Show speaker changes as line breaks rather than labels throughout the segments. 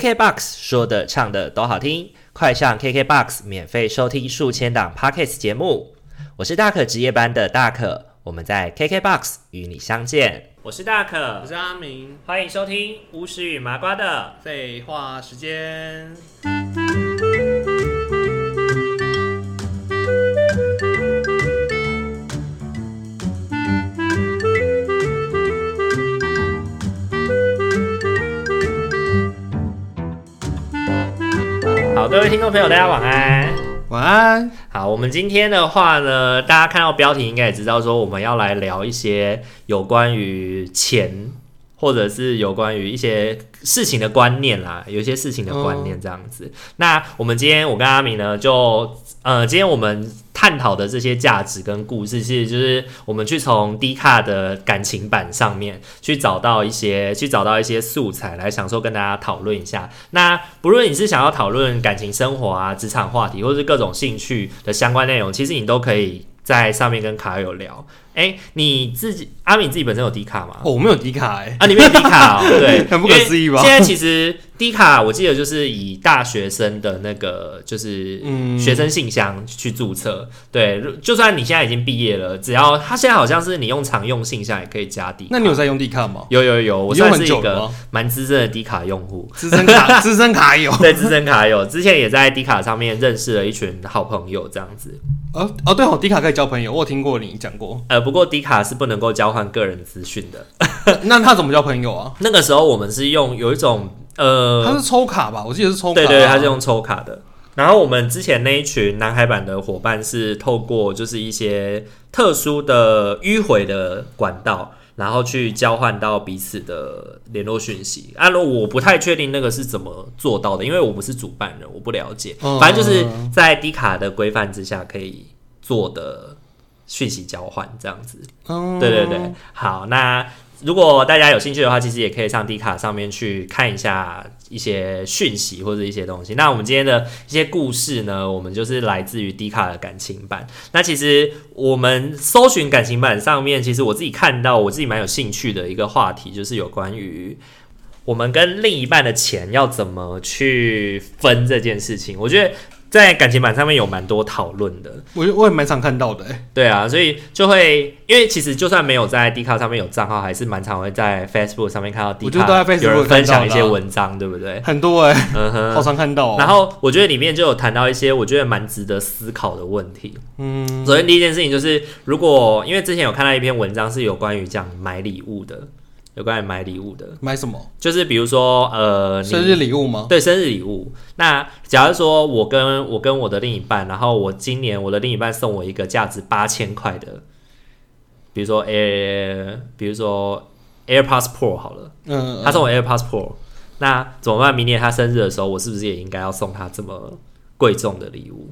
KKBOX 说的唱的都好听，快上 KKBOX 免费收听数千档 Podcast 节目。我是大可值夜班的大可，我们在 KKBOX 与你相见。我是大可
我，是阿明，
欢迎收听巫师与麻瓜的。
废话时间。
好，各位听众朋友，大家晚安。
晚安，
好，我们今天的话呢，大家看到标题应该也知道，说我们要来聊一些有关于钱，或者是有关于一些事情的观念啦，有一些事情的观念这样子。那我们今天我跟阿米呢，就呃，今天我们探讨的这些价值跟故事，其实就是我们去从 D 卡的感情版上面去找到一些去找到一些素材来想说跟大家讨论一下。那不论你是想要讨论感情生活啊、职场话题，或是各种兴趣的相关内容，其实你都可以在上面跟卡友聊。哎、你自己阿米你自己本身有 D 卡吗？
哦，我没有迪卡 哎、
啊，你没有 D 卡哦， 对，
很不可思议吧
因为现在其实 D 卡，我记得就是以大学生的那个就是
嗯
学生信箱去注册，对，如就算你现在已经毕业了，只要他现在好像是你用常用信箱也可以加 D 卡。
那你有在用迪卡吗？
有有有，我
你用
算
很
是一
久了
个
吗？
蛮资深的 D 卡用户，
资深卡， 资深卡有。
对资深卡友，之前也在 D 卡上面认识了一群好朋友这样子。
哦哦，对哦，迪卡可以交朋友，我有听过你讲过。
呃，不过 D 卡是不能够交换个人资讯的。
那他怎么交朋友啊？
那个时候我们是用有一种呃，
他是抽卡吧？我记得是抽卡。
对对，他是。用抽卡的。然后我们之前那一群南海版的伙伴是透过就是一些特殊的迂回的管道，然后去交换到彼此的联络讯息。啊，如我不太确定那个是怎么做到的，因为我不是主办人，我不了解。
嗯
反正就是在低卡的规范之下可以做的讯息交换这样子。
嗯
对对对，好，那如果大家有兴趣的话，其实也可以上 D 卡上面去看一下一些讯息或者一些东西。那我们今天的一些故事呢，我们就是来自于 D 卡的感情版。那其实我们搜寻感情版上面，其实我自己看到我自己蛮有兴趣的一个话题，就是有关于。我们跟另一半的钱要怎么去分这件事情，我觉得在感情版上面有蛮多讨论的。
我我也蛮常看到的、欸。
对啊，所以就会因为其实就算没有在 d 卡上面有账号，还是蛮常会在 Facebook 上面看到 d
我觉得都在
卡
Facebook
有人分享一
看
些
到的啊
文章，对不对？
很多哎、欸，
嗯哼。
好常看到、哦。
然后我觉得里面就有谈到一些我觉得蛮值得思考的问题。
嗯，
首先第一件事情就是，如果因为之前有看到一篇文章是有关于讲买礼物的，有关于买礼物的，
买什么？
就是比如说呃，你
生日礼物吗？
对，生日礼物。那假如说我跟我跟我的另一半，然后我今年我的另一半送我一个价值八千块的，比如说 Air，比如说 AirPods Pro 好了，
嗯，
他送我 AirPods Pro，那怎么办？明年他生日的时候，我是不是也应该要送他这么贵重的礼物？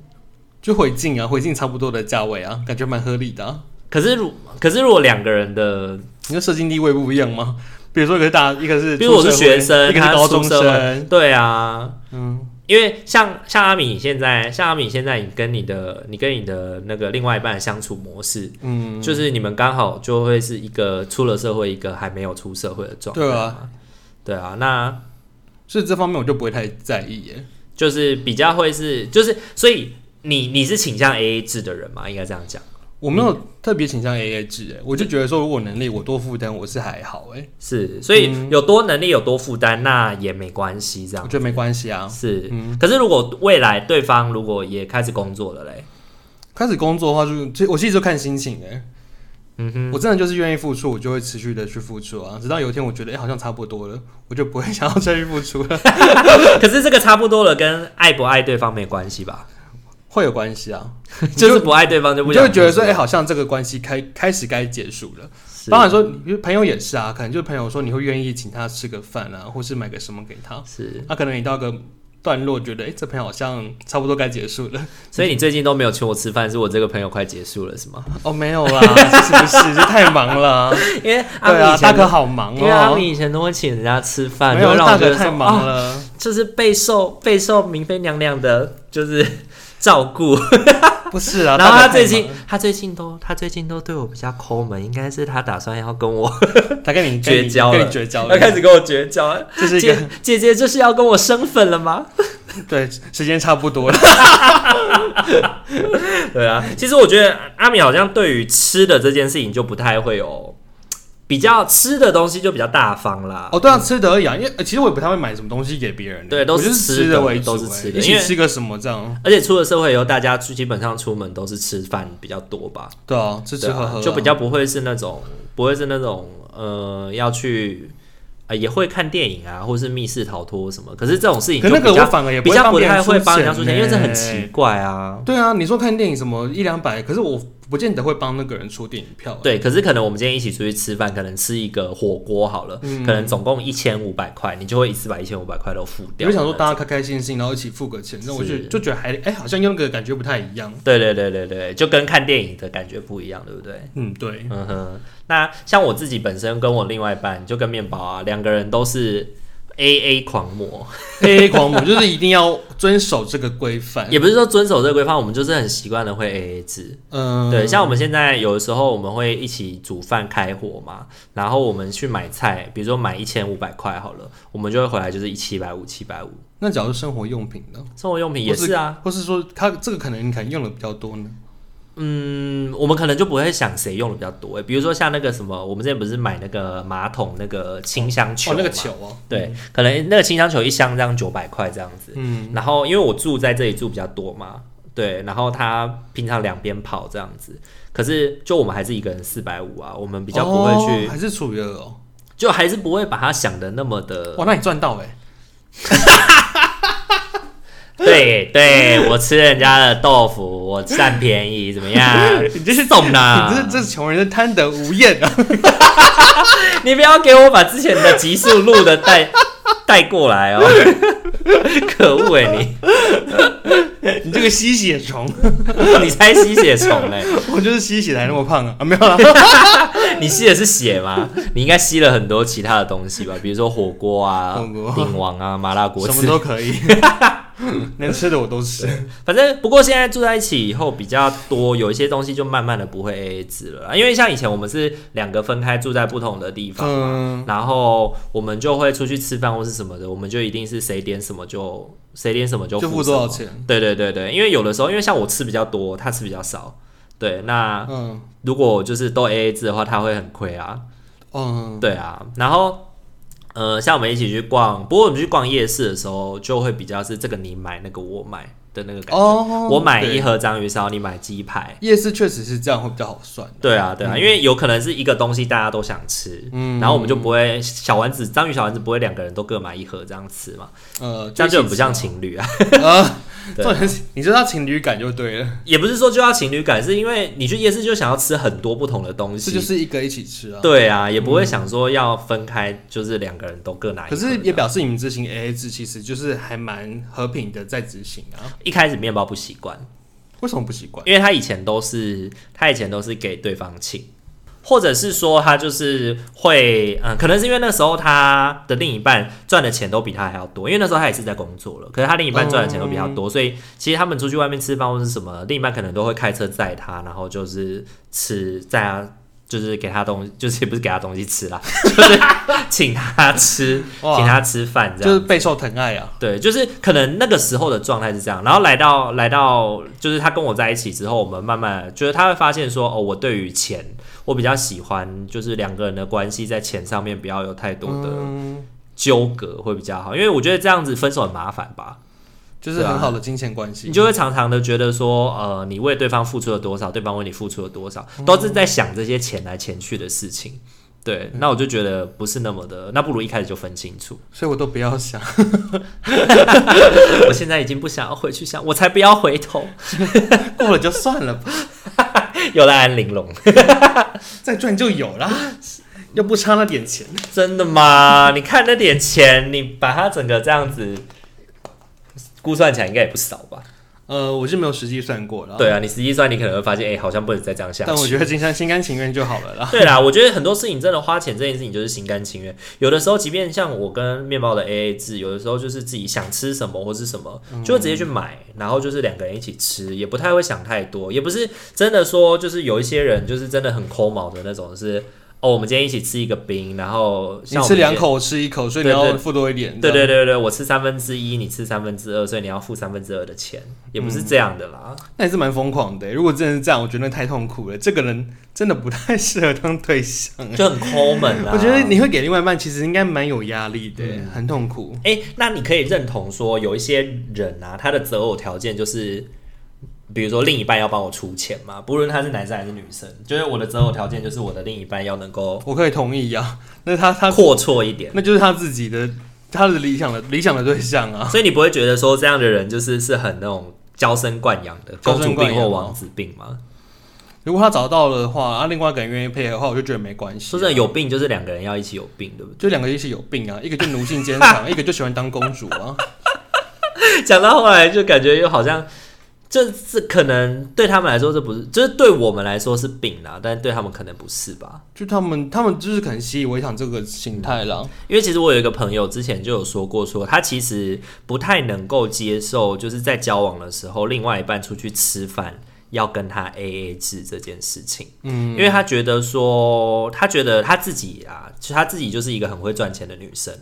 就回敬啊，回敬差不多的价位啊，感觉蛮合理的、啊。
可是如可是如果两个人的，
你的社经地位不一样吗？比如说一个是大，一个是
比如我是
出社会
学生，
一个
他
是高中
出社会
生，，
对啊，
嗯，
因为像像阿敏现在，像阿敏现在，你跟你的你跟你的那个另外一半的相处模式，
嗯，
就是你们刚好就会是一个出了社会，一个还没有出社会的状态。
对
啊
啊，
对啊，那
所以这方面我就不会太在意耶。
就是比较会是，就是所以你你是倾向 A A 制的人嘛？应该这样讲，
我没有特别倾向 AA 制，哎，我就觉得说，如果有能力我多负担，我是还好，哎，
是，所以有多能力有多负担，那也没关系，这
我
样
觉得没关系啊。
是。可是如果未来对方如果也开始工作了嘞，
开始工作的话就，其实我其实就看心情，哎，
嗯哼，
我真的就是愿意付出，我就会持续的去付出啊，直到有一天我觉得，哎，好像差不多了，我就不会想要再去付出了，
可是这个差不多了，跟爱不爱对方没关系吧？
会有关系啊。
就是不爱对方就不
你就
想
会觉得说，
工
哎、
作
好像这个关系开开始该结束了。
是
当然说，因为朋友也是啊，可能就是朋友说你会愿意请他吃个饭啊，或是买个什么给他。
是，
那、可能你到个段落，觉得哎、诶这朋友好像差不多该结束了。
所以你最近都没有请我吃饭，是我这个朋友快结束了是吗？
哦，没有啦，是不是？这太忙了。
因为阿
对
米以
啊，大
前都，
哥好忙
因为阿
哦。
米以前都会请人家吃饭，
没
就
有，
会让
大
我觉
哥
得
太
说
忙
啊
了。
就是备受备受明妃娘娘的，就是照顾。
不是 啊，
然后他
大概
最
太忙
近他最近都他最近都对我比较抠门，应该是他打算要跟 我
了他跟你
绝
跟你
交了
跟你绝交
要
了，
开始跟我绝交了。
这是 一
姐
个
姐姐，这是要跟我生粉了吗？
对时间差不多了。
对啊，其实我觉得阿米好像对于吃的这件事情就不太会有比较吃的东西就比较大方啦。
哦，对啊，吃的而已啊，因为呃其实我也不太会买什么东西给别人的，
对都
我就是
吃
吃
的
为主，
都是
欸
吃的因
一起
为
吃个什么这样？
而且出了社会以后，大家基本上出门都是吃饭比较多吧，
对啊，吃吃
对啊
喝喝啊
就比较不会是那种不会是那种呃要去。呃，也会看电影啊，或是密室逃脱什么。可是这种事情
可
就
那个
比较
我反而也
比
会
较
帮
不
别
太
人
会帮人家出钱，因为这很
欸
奇怪啊。
对啊，你说看电影什么一两百，可是我不见得会帮那个人出电影票、欸。
对，可是可能我们今天一起出去吃饭，可能吃一个火锅好了，
嗯
可能总共一千五百块，你就会一次把一千五百块都付
我
掉。
就想说大家开开心心，然后一起付个钱，那我就是就觉得还哎、好像用那个感觉不太一样。
对对对对对，就跟看电影的感觉不一样，对不对？
嗯，对，
嗯哼，那像我自己本身跟我另外一半，就跟面包啊，两个人都是 A A 狂魔，
黑黑狂魔就是一定要遵守这个规范。
也不是说遵守这个规范，我们就是很习惯的会 A A 制。
嗯，
对，像我们现在有的时候我们会一起煮饭开火嘛，然后我们去买菜，比如说买一千五百块好了，我们就会回来就是一七百五、七百五。
那假如生活用品呢？
生活用品也是啊，
或是说他这个可能你可能用的比较多呢？
嗯，我们可能就不会想谁用的比较多、欸，比如说像那个什么，我们之前不是买那个马桶那个清香球、
哦，那个，球哦，
对，可能那个清香球一箱这样九百块这样子，
嗯，
然后因为我住在这里住比较多嘛，对，然后他平常两边跑这样子，可是就我们还是一个人四百五啊，我们比较不会去，
哦还是处于了哦。
就还是不会把它想的那么的
哇，那你赚到哎、
对对，我吃人家的豆腐，我占便宜，怎么样？你这是懂的，
你这这穷人是贪得无厌 啊！
你不要给我把之前的集数录的带 带过来哦， 可恶哎你，
你这个吸血 虫，
你才吸血虫欸嘞！
我就是吸血才那么胖啊！啊，没有 啦，
你吸的是血吗？你应该吸了很多其他的东西吧，比如说火锅啊
火、锅
鼎王啊、麻辣锅
什么
子。
都可 以，能吃的我都吃。
反正不过现在住在一起以后比较多，有一些东西就慢慢的不会 A A 制了啦，因为像以前我们是两个分开住在不同的地方。
嗯，
然后我们就会出去吃饭或是什么的，我们就一定是谁点什么就谁点什么就
就付
什么
多少钱？
对对对对，因为有的时候，因为像我吃比较多，他吃比较少，对，那
嗯
如果就是都 A A 制的话，他会很亏啊，
嗯，
对啊，然后。呃，像我们一起去逛，不过我们去逛夜市的时候，就会比较是这个你买那个我买的那个感觉。
哦
我买
对
一盒章鱼烧，你买鸡排。
夜市确实是这样会比较好算。
对啊，对啊，因为有可能是一个东西大家都想吃，
嗯
然后我们就不会小丸子章鱼小丸子不会两个人都各买一盒这样吃嘛，
呃，
这样就很不像
一起
情侣啊。
吃啊。
对
重点是，你知道情侣感就对了，
也不是说就要情侣感，是因为你去夜市就想要吃很多不同的东
这
西，
就是一个一起吃啊。
对啊，也不会想说要分开，就是两个人都各拿一
可
盒这
是
样。
也表示你们执行 AA 制，其实就是还蛮和平的在执行啊。
一开始面包不习惯，
为什么不习惯？
因为他以前都是他以前都是给对方请，或者是说他就是会，嗯，可能是因为那时候他的另一半赚的钱都比他还要多，因为那时候他也是在工作了，可是他另一半赚的钱都比他多，所以其实他们出去外面吃饭或是什么，另一半可能都会开车载他，然后就是吃载他。就是给他东西，就是也不是给他东西吃啦， 就是请他吃，
哇
请他吃饭这样，
就是备受疼爱啊。
对，就是可能那个时候的状态是这样，然后来到来到，就是他跟我在一起之后，我们慢慢就是他会发现说，哦，我对于钱，我比较喜欢，就是两个人的关系在钱上面不要有太多的
嗯，
纠葛会比较好，因为我觉得这样子分手很麻烦吧，
就是很好的金钱关系。
啊你就会常常的觉得说，呃，你为对方付出了多少，对方为你付出了多少，都是在想这些钱来钱去的事情。对，
嗯
那我就觉得不是那么的，那不如一开始就分清楚。
所以我都不要想，
我现在已经不想要回去想，我才不要回头。
过了就算了吧，
又在安玲珑。
再赚就有啦，又不差那点钱。
真的吗？你看那点钱，你把它整个这样子估算起来，应该也不少吧？
呃，我是没有实际算过啦，
对啊，你实际算，你可能会发现，哎、好像不能再这样下去。
但我觉得金山心甘情愿就好了啦。
对啦，我觉得很多事情真的花钱这件事情就是心甘情愿。有的时候，即便像我跟面包的 AA 制，有的时候就是自己想吃什么或是什么，
嗯
就会直接去买，然后就是两个人一起吃，也不太会想太多，也不是真的说就是有一些人就是真的很抠毛的那种是。哦，我们今天一起吃一个冰，然后
你
像我
吃
们
两
以前
口，我吃一口，所以你
对对
要付多一点。
对
这
对
样
对对，我吃三分之一，你吃三分之二，所以你要付三分之二的钱，也不是这样的啦。
那也是蛮疯狂的。如果真的是这样，我觉得太痛苦了。这个人真的不太 适合当对象。
就很抠门啊啦。
嗯我觉得你会给另外一半，其实应该蛮有压力的，欸很痛苦。
哎、那你可以认同说，有一些人啊，他的择偶条件就是，比如说另一半要帮我出钱嘛，不论他是男生还是女生，就是我的择偶条件就是我的另一半要能够
我可以同意啊，那他他
阔绰一点。
那就是他自己的他的理想的理想的对象啊。
所以你不会觉得说这样的人就是是很那种娇生惯养的
娇
公
生
主
惯
病
养
或
哦
王子病吗？
如果他找到了的话，啊，另外一个人愿意配合的话，我就觉得没关系啊。
说真的，有病就是两个人要一起有病，对不
就两个一起有病啊，一个就奴性 坚强，一个就喜欢当公主啊。
对？ 讲到后来就感觉又好像。这是可能对他们来说，这不是，就是对我们来说是病啦，但是对他们可能不是吧？
就他们他们就是可能习以为常这个形态啦。
因为其实我有一个朋友之前就有说过说他其实不太能够接受，就是在交往的时候，另外一半出去吃饭要跟他 A A 制这件事情。嗯，因为他觉得说，他觉得他自己啊，其实他自己就是一个很会赚钱的女生。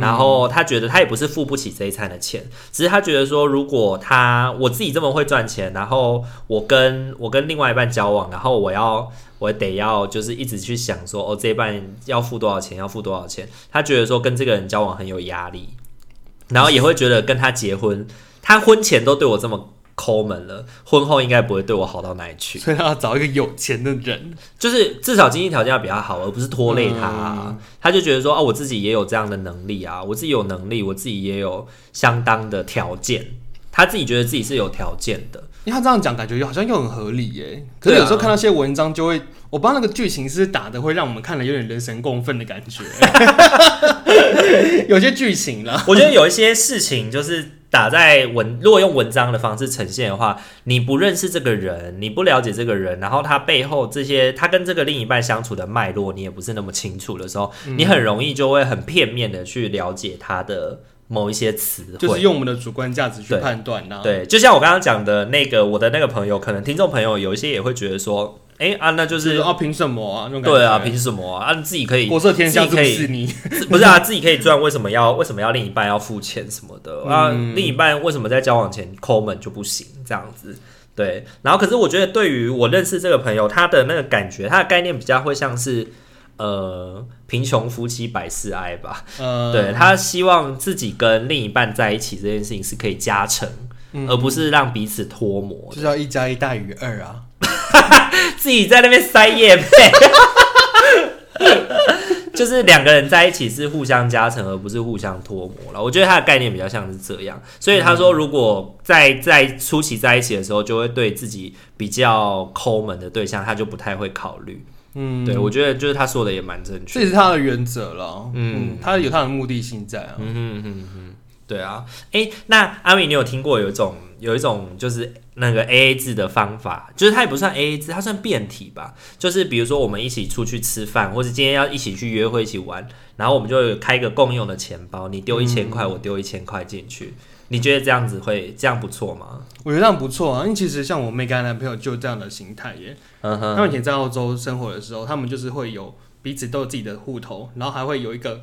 然后他觉得他也不是付不起这一餐的钱，只是他觉得说，如果他我自己这么会赚钱，然后我跟我跟另外一半交往，然后我要我得要就是一直去想说，哦，这一半要付多少钱，要付多少钱，他觉得说跟这个人交往很有压力，然后也会觉得跟他结婚，他婚前都对我这么抠门了，婚后应该不会对我好到哪里去。
所以他要找一个有钱的人，
就是至少经济条件要比他好，而不是拖累他、啊他就觉得说，哦，我自己也有这样的能力啊，我自己有能力，我自己也有相当的条件，他自己觉得自己是有条件的。
因为他这样讲感觉又好像又很合理耶。可
啊
是有时候看到一些文章就会，我不知道那个剧情是不是打的会让我们看了有点人神共愤的感 觉。有些剧情啦，
我觉得有一些事情就是打在文，如果用文章的方式呈现的话，你不认识这个人，你不了解这个人，然后他背后这些他跟这个另一半相处的脉络，你也不是那么清楚的时候，你很容易就会很片面的去了解他的某一些词汇，
就是用我们的主观价值去
对
判断啊啦。
对，就像我刚刚讲的那个，我的那个朋友，可能听众朋友有一些也会觉得说，哎、啊，那就
就是是。啊，凭什么啊？那种感觉
对啊，凭什么啊？啊，你自己可以，
国色天香
自
是
己可
不
以
是你？
自不是啊，自己可以赚，为什么要为什么要另一半要付钱什么的、啊？
嗯
另一半为什么在交往前抠门就不行这样子？对，然后可是我觉得对于我认识这个朋友，他的那个感觉，他的概念比较会像是呃贫穷夫妻百事哀吧，
呃，
对他希望自己跟另一半在一起这件事情是可以加成，而不是让彼此脱模的
就是要一加一大于二啊。
自己在那边塞叶配， 就是两个人在一起是互相加成，而不是互相脱模了。我觉得他的概念比较像是这样，所以他说，如果在在初期在一起的时候，就会对自己比较抠门的对象，他就不太会考虑。
嗯，
对我觉得就是他说的也蛮正确
这
的。
也是他的原则了。
嗯
嗯，他有他的目的性在啊。
嗯哼哼哼，对啊。哎、那阿米，你有听过有一种有一种就是那个 A A 制的方法，就是它也不算 A A 制，它算变体吧。就是比如说我们一起出去吃饭，或是今天要一起去约会、一起玩，然后我们就有开一个共用的钱包，你丢一千块，我丢一千块进去。你觉得这样子会这样不错吗？
我觉得这样不错啊，因为其实像我妹跟她男朋友就有这样的心态耶。
嗯
他
哼，
们以前在澳洲生活的时候，他们就是会有彼此都有自己的户头，然后还会有一个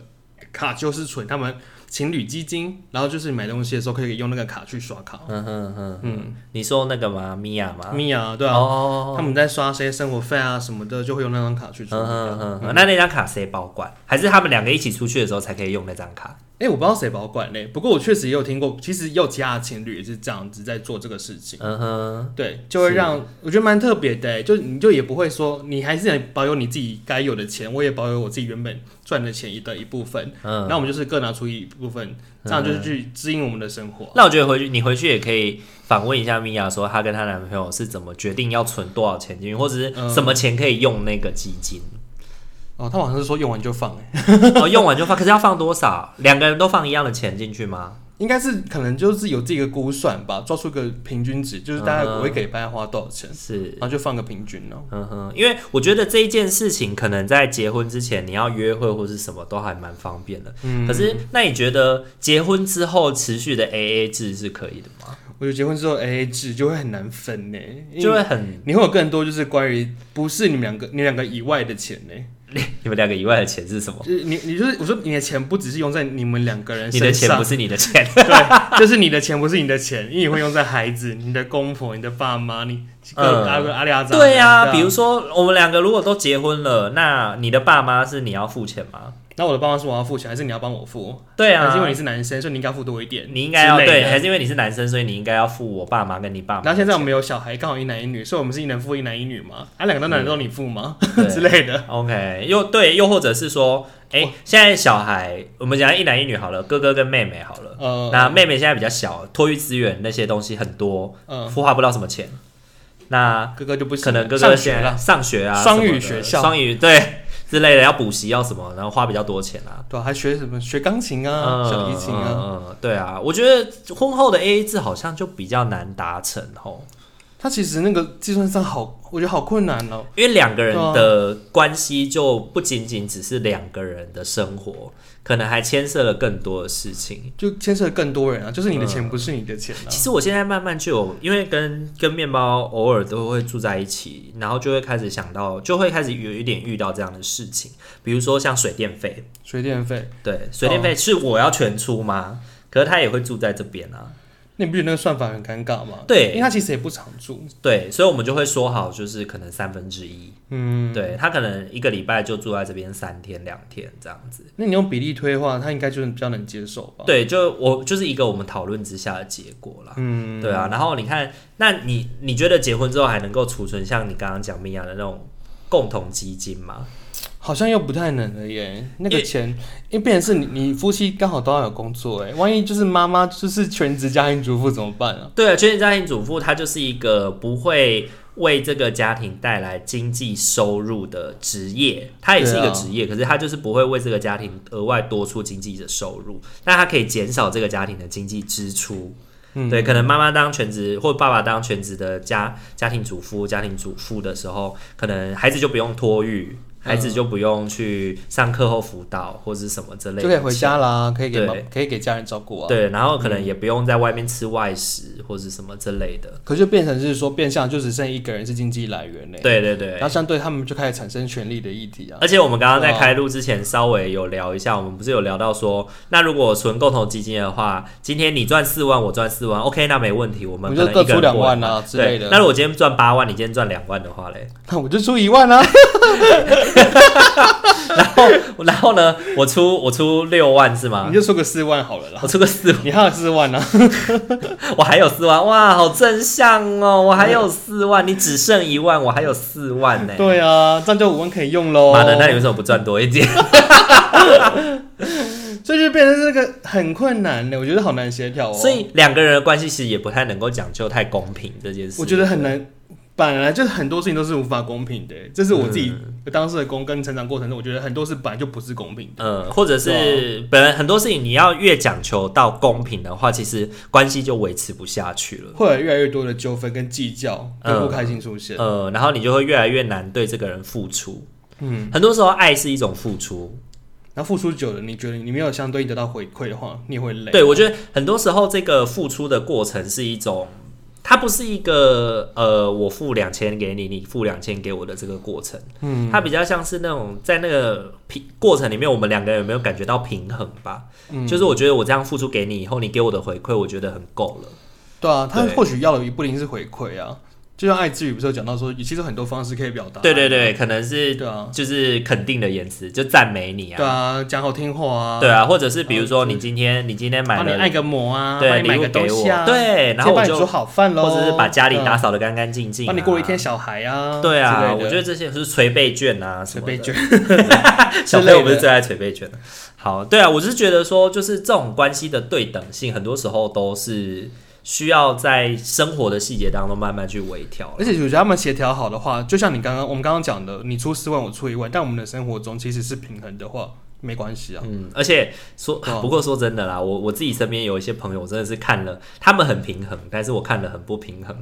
卡，就是存他们情侣基金，然后就是买东西的时候可以用那个卡去刷卡。
嗯哼哼，
嗯，
你说那个吗？米娅吗？
米娅对啊，
哦，
他们在刷些生活费啊什么的，就会用那张卡去
嗯
刷。
哼哼哼，那那张卡谁保管？还是他们两个一起出去的时候才可以用那张卡？
哎、我不知道谁保管嘞，不过我确实也有听过，其实也有其他的情侣也是这样子在做这个事情。
嗯哼。
对，就会让我觉得蛮特别的欸，就你就也不会说，你还是得保有你自己该有的钱，我也保有我自己原本赚的钱的一部分，
嗯
那我们就是各拿出一部分，这样就是去支应我们的生活。
那我觉得回去你回去也可以访问一下米娅，说她跟她男朋友是怎么决定要存多少钱进去，或者
嗯
是什么钱可以用那个基金，
哦，他们好像是说用完就放，哎，
哦，用完就放，可是要放多少？两个人都放一样的钱进去吗？
应该是可能就是有这个估算吧，抓出个平均值，就是大概
嗯
我会给大家花多少钱，
是
然，后就放个平均哦。
嗯哼，因为我觉得这一件事情，可能在结婚之前，你要约会或是什么都还蛮方便的。
嗯
可是，那你觉得结婚之后持续的 AA 制是可以的吗？
我觉得结婚之后 AA 制就会很难分呢，欸因
就
为
会很
你会有更多就是关于不是你们两个你两个以外的钱欸呢，
你们两个以外的钱是什么？
就是你你就是我说你的钱不只是用在你们两个人
你的
身
钱
上
不，是你的钱，
对， 就是你的钱不是你的钱，因为你会用在孩子、你的公婆、你的爸妈、你各
嗯
阿阿里阿扎。
对
呀、
啊，比如说我们两个如果都结婚了，那你的爸妈是你要付钱吗？
那我的爸妈说我要付钱，还是你要帮我付？
对
还
啊
是，因为你是男生，所以你应该付多一点。
你应该要
之类
对，
的
还是因为你是男生，所以你应该要付我爸妈跟你爸妈的钱。
然后现在我们有小孩，刚好一男一女，所以我们是一男付一男一女嘛。啊，两个都男的都你付吗？
对
之类的。
OK，又对，又或者是说，哎、现在小孩，我们讲一男一女好了，哥哥跟妹妹好了。
呃，
那妹妹现在比较小，托育资源那些东西很多，
嗯，
孵化不到什么钱。那
哥哥就不行，
可能哥哥
上学
现在
了，
上学啊，
双语
什么的
学校
双语对之类的，要补习要什么，然后花比较多钱啊。
对啊、还学什么学钢琴啊、小提琴啊。
嗯，嗯嗯对啊，我觉得婚后的 AA 制好像就比较难达成吼，
他其实那个计算上好，我觉得好困难哦。
因为两个人
对啊
的关系就不仅仅只是两个人的生活，可能还牵涉了更多的事情。
就牵涉更多人啊，就是你的
嗯
钱不是你的钱啊。
其实我现在慢慢就有，因为跟跟面包偶尔都会住在一起，然后就会开始想到，就会开始有一点遇到这样的事情，比如说像水电费，
水电费，
对，水电费是我要全出吗？可是他也会住在这边啊，
那你不觉得那个算法很尴尬吗？因为
对
他其实也不常住，
对，所以我们就会说好，就是可能三分之一，
嗯，
对他可能一个礼拜就住在这边三天两天这样子，
那你用比例推的话，他应该就是比较能接受吧？
对，就我就是一个我们讨论之下的结果啦。
嗯，
对啊，然后你看，那你你觉得结婚之后还能够储存像你刚刚讲米娅的那种共同基金吗？
好像又不太能了耶。那个钱，因为变成是你你夫妻刚好都要有工作，哎，万一就是妈妈就是全职家庭主妇怎么办啊？
对啊，全职家庭主妇她就是一个不会为这个家庭带来经济收入的职业，她也是一
对
个
啊
职业，可是她就是不会为这个家庭额外多出经济的收入，那她可以减少这个家庭的经济支出。
嗯
对，可能妈妈当全职或爸爸当全职的家家庭主妇、家庭主妇的时候，可能孩子就不用托育，孩子就不用去上课后辅导或者什么之类的，
就可以回家啦，可以给妈
对，
可以给家人照顾啊。，
对，然后可能也不用在外面吃外食或者什么之类的。
可就变成是说，变相就只剩一个人是经济来源嘞。
对对对
然，后相对他们就开始产生权利的议题啊。
而且我们刚刚在开录之前稍微有聊一下，我们不是有聊到说，那如果存共同基金的话，今天你赚四万，我赚四万，OK，那没问题，我
我
们
们
可
就
能
各
一个人
出两
过
万
嘛
啊之类
对
的，
那如果我今天赚八万，你今天赚两万的话嘞，
那我就出一万啊。
然后呢，我出我出六万是吗
你？就出个四万好了 啦
我。出个四，
你还有四万呢、啊
我还有四万，哇，好正向哦！我还有四万，你只剩一万，我还有四万 呢、
对啊，这样就五万可以用喽。
妈的，那你为什么不赚多一点？
所以就变成这个很困难的，我觉得好难协调 哦。
所以两个人的关系其实也不太能够讲究太公平这件事。
我觉得很难，本来就是很多事情都是无法公平的，这是我自己
嗯
当时的工跟成长过程中，我觉得很多事本来就不是公平的。
嗯，或者
啊
是本来很多事情你要越讲求到公平的话，其实关系就维持不下去了。
会有越来越多的纠纷跟计较
嗯
跟不开心出现，
呃，然后你就会越来越难对这个人付出。
嗯，
很多时候爱是一种付出。
然后付出久了，你觉得你没有相对应得到回馈的话，你也会累。啊
对，我觉得很多时候这个付出的过程是一种，它不是一个呃，我付两千给你，你付两千给我的这个过程。
嗯，
它比较像是那种在那个平过程里面，我们两个人有没有感觉到平衡吧？
嗯
就是我觉得我这样付出给你以后，你给我的回馈，我觉得很够了。
对啊，他
对
或许要的不一定是回馈啊，就像爱之语不是有讲到说，其实有很多方式可以表达。
对对对，可能是
对啊，
就是肯定的言辞，就赞美你
对
啊，
啊，讲好听话啊，
对啊，或者是比如说
嗯
你今天你今天买
帮你
了
按个摩啊，帮
对
你买
礼物
个东
给
西啊，
我，，对，然后我
帮你
就
煮好饭喽，
或者是把家里打扫的干干净净，
帮你过一天。小孩啊，
对啊，
之类的
我觉得这些是捶背卷啊，什
随
么
便
的。
卷，
小朋友不是最爱捶背卷的。好，对啊，我是觉得说，就是这种关系的对等性，很多时候都是需要在生活的细节当中慢慢去微调
而且我觉得他们协调好的话，就像你刚刚我们刚刚讲的，你出四万，我出一万，但我们的生活中其实是平衡的话，没关 系啊。
嗯，而且说
对啊
不过说真的啦，我我自己身边有一些朋友，我真的是看了他们很平衡，但是我看了很不平 衡。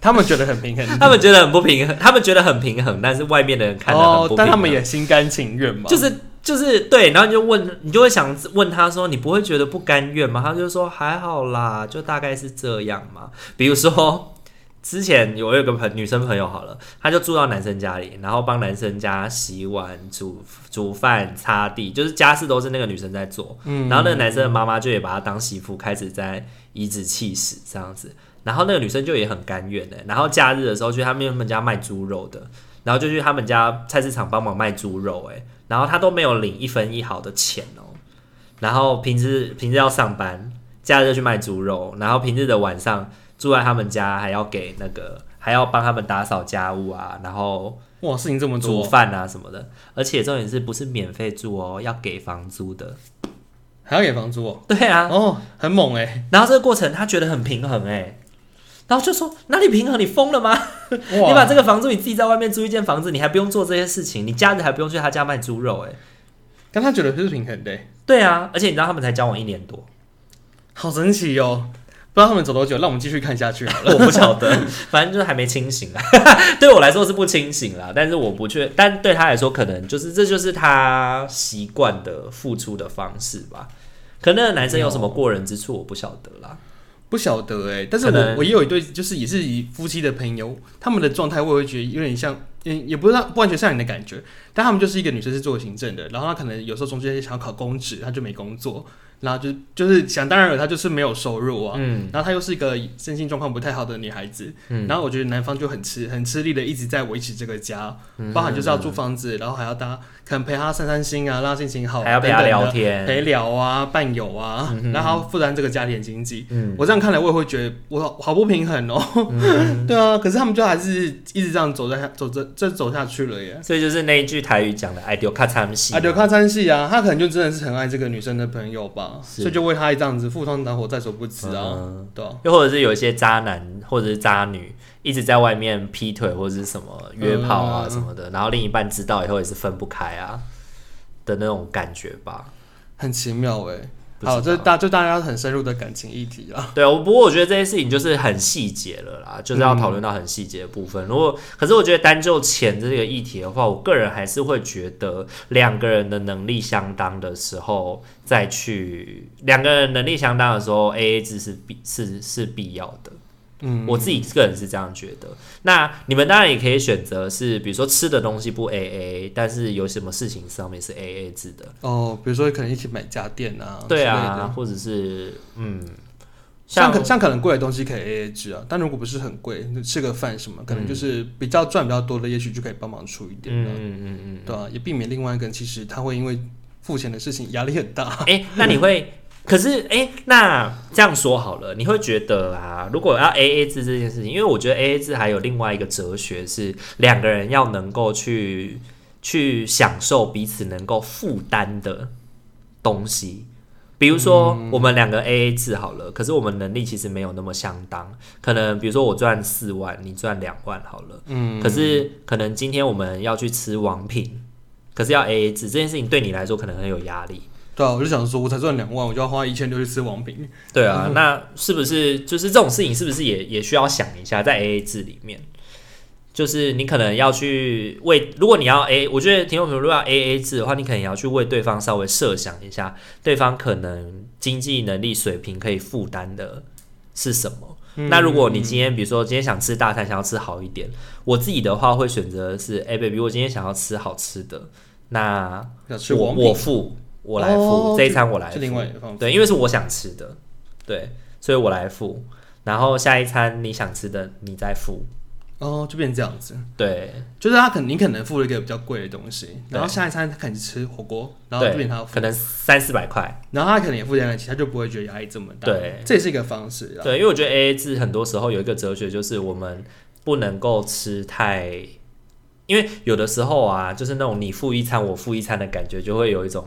他们觉得 很平衡，
他们觉得很不平衡，他们觉得很平衡，但是外面的人看得很
哦
不平衡。，
但他们也心甘情愿嘛。
就是就是对，然后你就问，你就会想问他说，你不会觉得不甘愿吗？他就说还好啦，就大概是这样嘛。比如说之前有有个朋女生朋友好了，她就住到男生家里，然后帮男生家洗碗、煮煮饭、擦地，就是家事都是那个女生在做。
嗯
然后那个男生的妈妈就也把他当媳妇，开始在颐指气使这样子。然后那个女生就也很甘愿的、然后假日的时候去他们他们家卖猪肉的，然后就去他们家菜市场帮忙卖猪肉、哎，然后他都没有领一分一毫的钱哦、然后平时平日要上班，假日就去卖猪肉，然后平日的晚上住在他们家，还要给那个还要帮他们打扫家务啊，然后
哇，事情这么
煮
多，
饭啊什么的。而且重点是不是免费住哦，要给房租的。
还要给房租哦，
对啊，
哦，很猛哎、
然后这个过程他觉得很平衡哎、然后就说哪里平衡？你疯了吗？
哇，
你把这个房租你自己在外面租一间房子，你还不用做这些事情，你假日还不用去他家卖猪肉哎、
但他觉得是平衡的、欸，
对啊，而且你知道他们才交往一年多，
好神奇哦！不知道他们走多久，让我们继续看下去好了。
我不晓得，反正就是还没清醒啊。 对我来说是不清醒啦，但是我不确，但对他来说可能就是这就是他习惯的付出的方式吧。可那个男生有什么过人之处，我不晓得啦。
不晓得哎、但是
可能
我我也有一对，就是也是以夫妻的朋友，他们的状态我也会觉得有点像，也也不是让不完全像你的感觉，但他们就是一个女生是做行政的，然后她可能有时候中间想要考公职，她就没工作，然后就是就是想当然了，她就是没有收入啊。
嗯
然后她又是一个身心状况不太好的女孩子，
嗯
然后我觉得男方就很吃很吃力的一直在维持这个家，
嗯
包含就是要租房子，然后还要搭，可能陪她散散心啊，让她心情好，
还要陪他
等等的
聊天，
陪聊啊、伴游啊，然后还要负担这个家庭的经济。
嗯，
我这样看来，我也会觉得我好好不平衡哦。
嗯
对啊，可是他们就还是一直这样走在走着，这走下去了耶。
所以就是那一句台语讲的“哎爱丢卡参戏”，
啊，对，看三系啊，他可能就真的是很爱这个女生的朋友吧，
是
所以就为她这样子赴汤蹈火在所不辞啊，
嗯
对啊。
又或者是有一些渣男或者是渣女一直在外面劈腿或者是什么约炮啊
嗯
什么的，然后另一半知道以后也是分不开啊的那种感觉吧。
很奇妙哎。
不知道
好，这大就大家很深入的感情议题啊。
对，我不过我觉得这些事情就是很细节了啦，就是要讨论到很细节的部分。如果可是我觉得单就钱这个议题的话，我个人还是会觉得两个人的能力相当的时候再去两个人能力相当的时候，A A 制是必是是必要的。
嗯，
我自己个人是这样觉得。那你们当然也可以选择是，比如说吃的东西不 A A，但是有什么事情上面是 A A 制的，
哦，比如说可能一起买家电啊，
对
之类的
啊，，或者是嗯，像
像可像可能贵的东西可以 A A 制啊，但如果不是很贵，那吃个饭什么，可能就是比较赚比较多的，也许就可以帮忙出一
嗯
点的，
嗯嗯嗯，
对啊，也避免另外一个人其实他会因为付钱的事情压力很大。
哎、那你会，可是哎、诶那这样说好了，你会觉得啊，如果要 A A 制这件事情，因为我觉得 A A 制还有另外一个哲学是，两个人要能够去去享受彼此能够负担的东西。比如说，我们两个 A A 制好了，可是我们能力其实没有那么相当。可能比如说我赚四万，你赚两万好了，
嗯，
可是可能今天我们要去吃王品，可是要 A A 制这件事情对你来说可能很有压力。
对啊，我就想说，我才赚两万，我就要花一千六去吃王品，
对
嗯
啊，那是不是就是这种事情，是不是也也需要想一下，在 A A 制里面，就是你可能要去为，如果你要 A，我觉得听众朋友如果要 A A 制的话，你可能也要去为对方稍微设想一下，对方可能经济能力水平可以负担的是什么。
嗯
那如果你今天，比如说今天想吃大餐，想要吃好一点，我自己的话会选择是，哎、b a b y 我今天想要吃好吃的，那
要啊吃
我
王
我
品，
付，我来付、
哦
这一餐，我来
是
付。
另外一个方法。
对，因为是我想吃的，对，所以我来付。然后下一餐你想吃的你再付，
哦，就变成这样子，
对
就是他可能你可能付了一个比较贵的东西，
对
然后下一餐他可能吃火锅，然后就
对
变成他，付
可，能三四百块，
然后他可能也付钱得起，他就不会觉得压力这么大。
对，
这也是一个啊方式啦。
对，因为我觉得 A A 制很多时候有一个哲学就是我们不能够吃太，因为有的时候啊，就是那种你付一餐我付一餐的感觉，就会有一种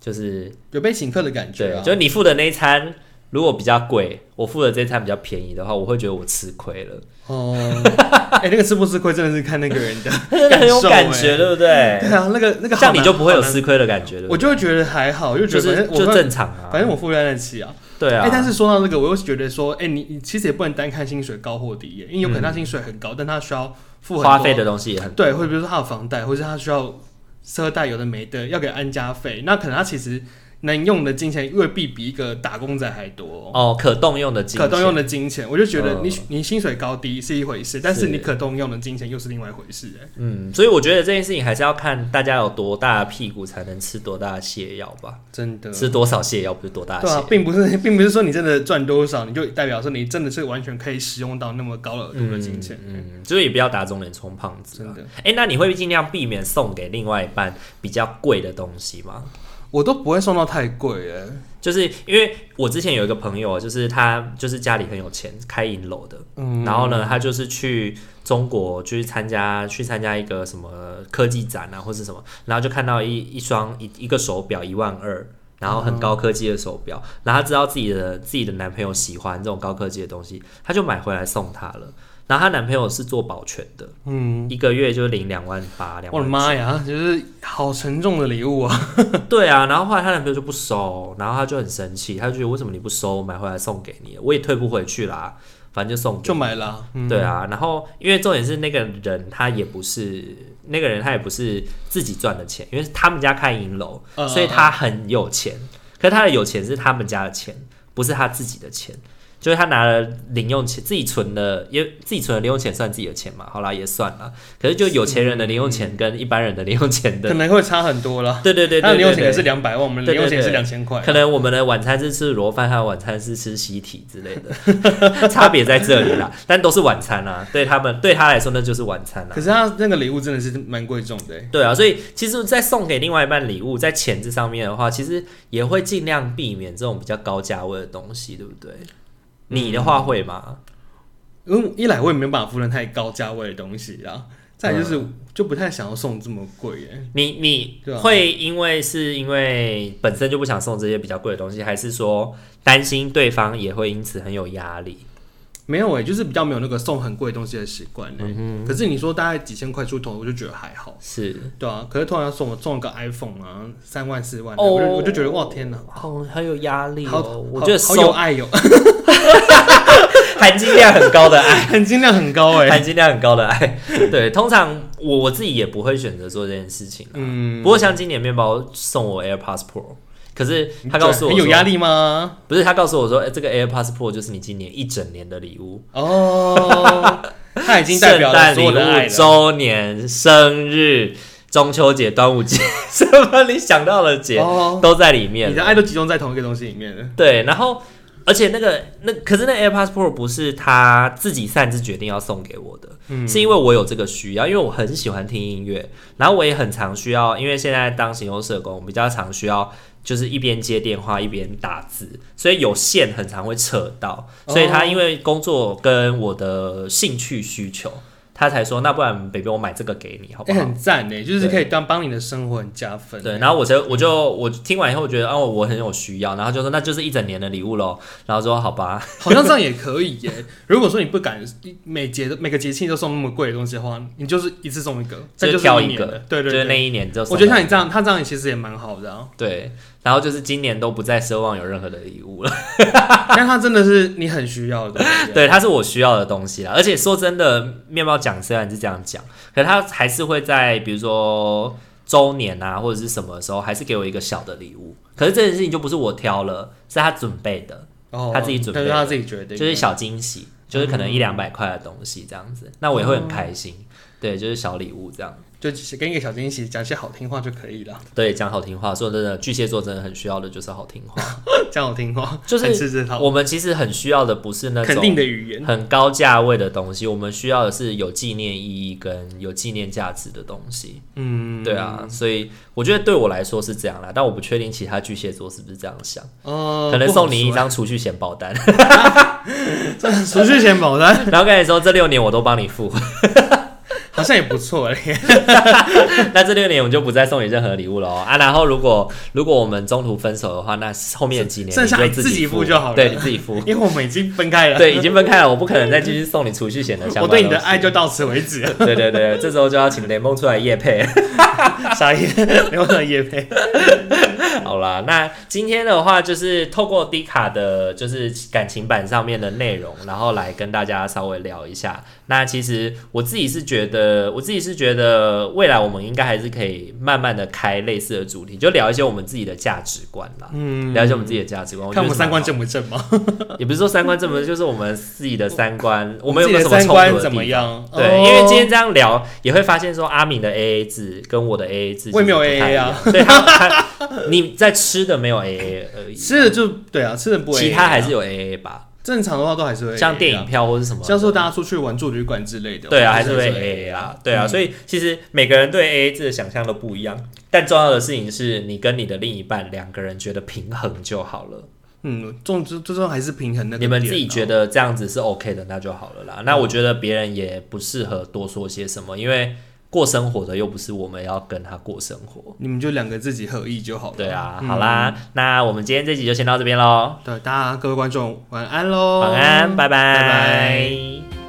就是
有被请客的感觉
对，
啊。
就是你付的那一餐，如果比较贵，我付的这餐比较便宜的话，我会觉得我吃亏 了，
哦，哎、那个吃不吃亏真的是看那个人的
很有
受
感
欸
觉，对不 对
对？啊，那个那个好
像你
难
就不会有
好难
吃亏的感觉，对不
我
对
就会觉得还好，就
就
觉得反
是
正我
就
会
正常啊，
反正我负担得起啊。
对啊
哎、。但是说到这个，我又觉得说，哎、你你其实也不能单看薪水高或低耶，因为有可能他薪水很高，但他需要付很多
嗯花费的东西也很
对，或者比如说他有房贷，或者他需要车贷，有的没的，要给安家费，那可能他其实能用的金钱未必比一个打工仔还多。
哦，可动用的金
可
钱，
动用的金钱，我就觉得
嗯
你、你薪水高低是一回事，但是你
是
可动用的金钱又是另外一回事、哎，
嗯，所以我觉得这件事情还是要看大家有多大的屁股才能吃多大的泻药吧，
真的
吃多少泻药不是多大的
啊对
泻
啊
药，，
并不是，并不是说你真的赚多少，你就代表说你真的是完全可以使用到那么高额度的金钱。
嗯，就是也不要打肿脸充胖子啊
真。的，
哎、那你会尽量避免送给另外一半比较贵的东西吗？
我都不会送到太贵欸了。
就是因为我之前有一个朋友，就是他就是家里很有钱，开银楼的，
嗯，
然后呢，他就是去中国去参加去参加一个什么科技展啊，或是什么，然后就看到一一双一一个手表一万二，然后很高科技的手
嗯
表，然后他知道自己的自己的男朋友喜欢这种高科技的东西，他就买回来送他了。然后她男朋友是做保全的，
嗯，
一个月就领两万八，两
我的
万。
妈呀，就是好沉重的礼物啊！
对啊，然后后来她男朋友就不收，然后她就很生气，她就觉得为什么你不收，我买回来送给你，我也退不回去啦，反正就送给你
就买了啊、嗯，
对啊，然后因为重点是那个人他也不是那个人他也不是自己赚的钱，因为是他们家开银楼，
嗯
所以他很有钱。可是他的有钱是他们家的钱，不是他自己的钱。就是他拿了零用钱，自己存的，也自己存的零用钱算自己的钱嘛？好啦，也算啦。可是就有钱人的零用钱跟一般人的零用钱
可
的，
能会差很多啦。
对对对对
嗯他的
对
零用钱也
对
是两百万，我们的
对对
零用钱也是
对
两千块。
可能我们的晚餐是吃螺饭，他的晚餐是吃西体之类的， 差别在这里啦。但都是晚餐啦，对他们对他来说那就是晚餐啦
可。是他那个礼物真的是蛮贵重的、欸，
对啊，所以其实，在送给另外一半礼物，在钱这上面的话，其实也会尽量避免这种比较高价位的东西，对不对？
嗯
你的话会吗？
因为一来我也没办法付任太高价位的东西啦，再来就是、就不太想要送这么贵、欸，
你你
对啊
会因为是因为本身就不想送这些比较贵的东西，还是说担心对方也会因此很有压力？
没有哎、就是比较没有那个送很贵的东西的习惯哎。可是你说大概几千块出头，我就觉得还好。
是
对啊，可是突然要送我送个 iPhone 啊，三万四万的，
哦
我就我就觉得哇天哪，
好哦很有压力
好
哦。我
好
觉得
好有
收
爱哟，
含金量很高的 爱。
含金量很高哎。
含金量很高的爱，对，通常我我自己也不会选择做这件事情啦。啊
嗯，
不过像今年面包送我 AirPods Pro，可是他告诉我
很有
说
压力吗？
不是他告诉我说，哎、这个 AirPods Pro 就是你今年一整年的礼物，
哦， 他已经代
圣
表
诞
了
礼
所有的爱
物、
了。
周年、生日、中秋节、端午节， 什么你想到的节、
哦，
都在里面
你的
了。
爱都集中在同一个东西里面了。
对，然后而且那个那可是那 AirPods Pro 不是他自己擅自决定要送给我的，
嗯
是因为我有这个需要，因为我很喜欢听音乐，然后我也很常需要，因为现在当行动社工，我比较常需要就是一边接电话一边打字，所以有线很常会扯到，所以他
哦
因为工作跟我的兴趣需求，他才说那不然 baby 我买这个给你好不
哎、
好？
很赞呢，就是
对
可以当帮你的生活很加分。欸
对，然后我才我就我听完以后，我觉得哦，我很有需要，然后就说那就是一整年的礼物喽。然后说好吧，
好像这样也可以耶。 如果说你不敢每节每个节气都送那么贵的东西的话，你就是一次送一个，这
就是挑
一
一
年
个
的，对
就
对
是
对。
那一年就送
我觉得像
了
你这样，他这样其实也蛮好的、啊，
对，然后就是今年都不再奢望有任何的礼物了。
但他真的是你很需要 的东西啊。
对，它是我需要的东西啦。而且说真的，面包讲虽然是这样讲，可他还是会在比如说周年啊或者是什么的时候，还是给我一个小的礼物。可是这件事情就不是我挑了，是他准备的，
哦，
他自己准备
对嗯他自己决定，
就是小惊喜，就是可能一两百块的东西这样子，那我也会很开
哦
心。对，就是小礼物这样。
就给你一个小惊喜，讲一些好听话就可以了，
对，讲好听话，说真的，巨蟹座真的很需要的就是好听话。
讲好听话
就是
很吃这套，
我们其实很需要的不是那
肯
种
定的语言。
很高价位的东西，我们需要的是有纪念意义跟有纪念价值的东西。
嗯，
对啊，所以我觉得对我来说是这样啦，但我不确定其他巨蟹座是不是这样想，
哦，
可能
不好欸
送你一
说
张储蓄险保单，
储蓄险保单，
然后跟你说这六年我都帮你付。
好像也不错欸嘞。
那这六年我们就不再送你任何礼物了哦啊。然后如果如果我们中途分手的话，那后面几年
剩下
你
你
就
自己付
付
就好了。
对，你自己付
因为我们已经分开了，
对，已经分开了，我不可能再继续送你储蓄险的相关
我对你的
东西
爱就到此为止。
对对对，这时候就要请雷梦出来夜配。
傻眼，刘德也配。
好啦，那今天的话就是透过 D 卡的，就是感情版上面的内容，然后来跟大家稍微聊一下。那其实我自己是觉得，我自己是觉得未来我们应该还是可以慢慢的开类似的主题，就聊一些我们自己的价值观啦。
嗯，
聊一些我们自己的价值观，
看我们三观
正，
正不正嘛？
也不是说三观正不正，就是我们自己的三 观，我们有
自
没有什
己的
么
三
冲突
观
的
怎么
地方？
样？
对，
哦
因为今天这样聊，也会发现说阿敏的 AA 制跟我的 AA 制其实
我也没有
不太一
AA
样
啊，
对，他他你在吃的没有 AA 而已，
吃的就对啊，吃的不 AA 啊，
其他还是有 AA 吧，
正常的话都还是会 AA 啊
像电影，票或是什么的，
像说大家出去玩住旅馆之类的，
对啊，还
是
是会 AA 啊，对
嗯
啊，所以其实每个人对 AA 制的想象都不一样，但重要的事情是你跟你的另一半两个人觉得平衡就好了。
嗯，总之最终还是平衡那个嗯
你
点啊。
们自己觉得这样子是 OK 的，那就好了啦。那我觉得别人也不适合多说些什么，因为过生活的又不是我们要跟他过生活。
你们就两个自己合意就好了。
对啊，
嗯
好，啦，那我们今天这集就先到这边喽，
对大家各位观众晚安喽，
晚安，拜
拜
拜
拜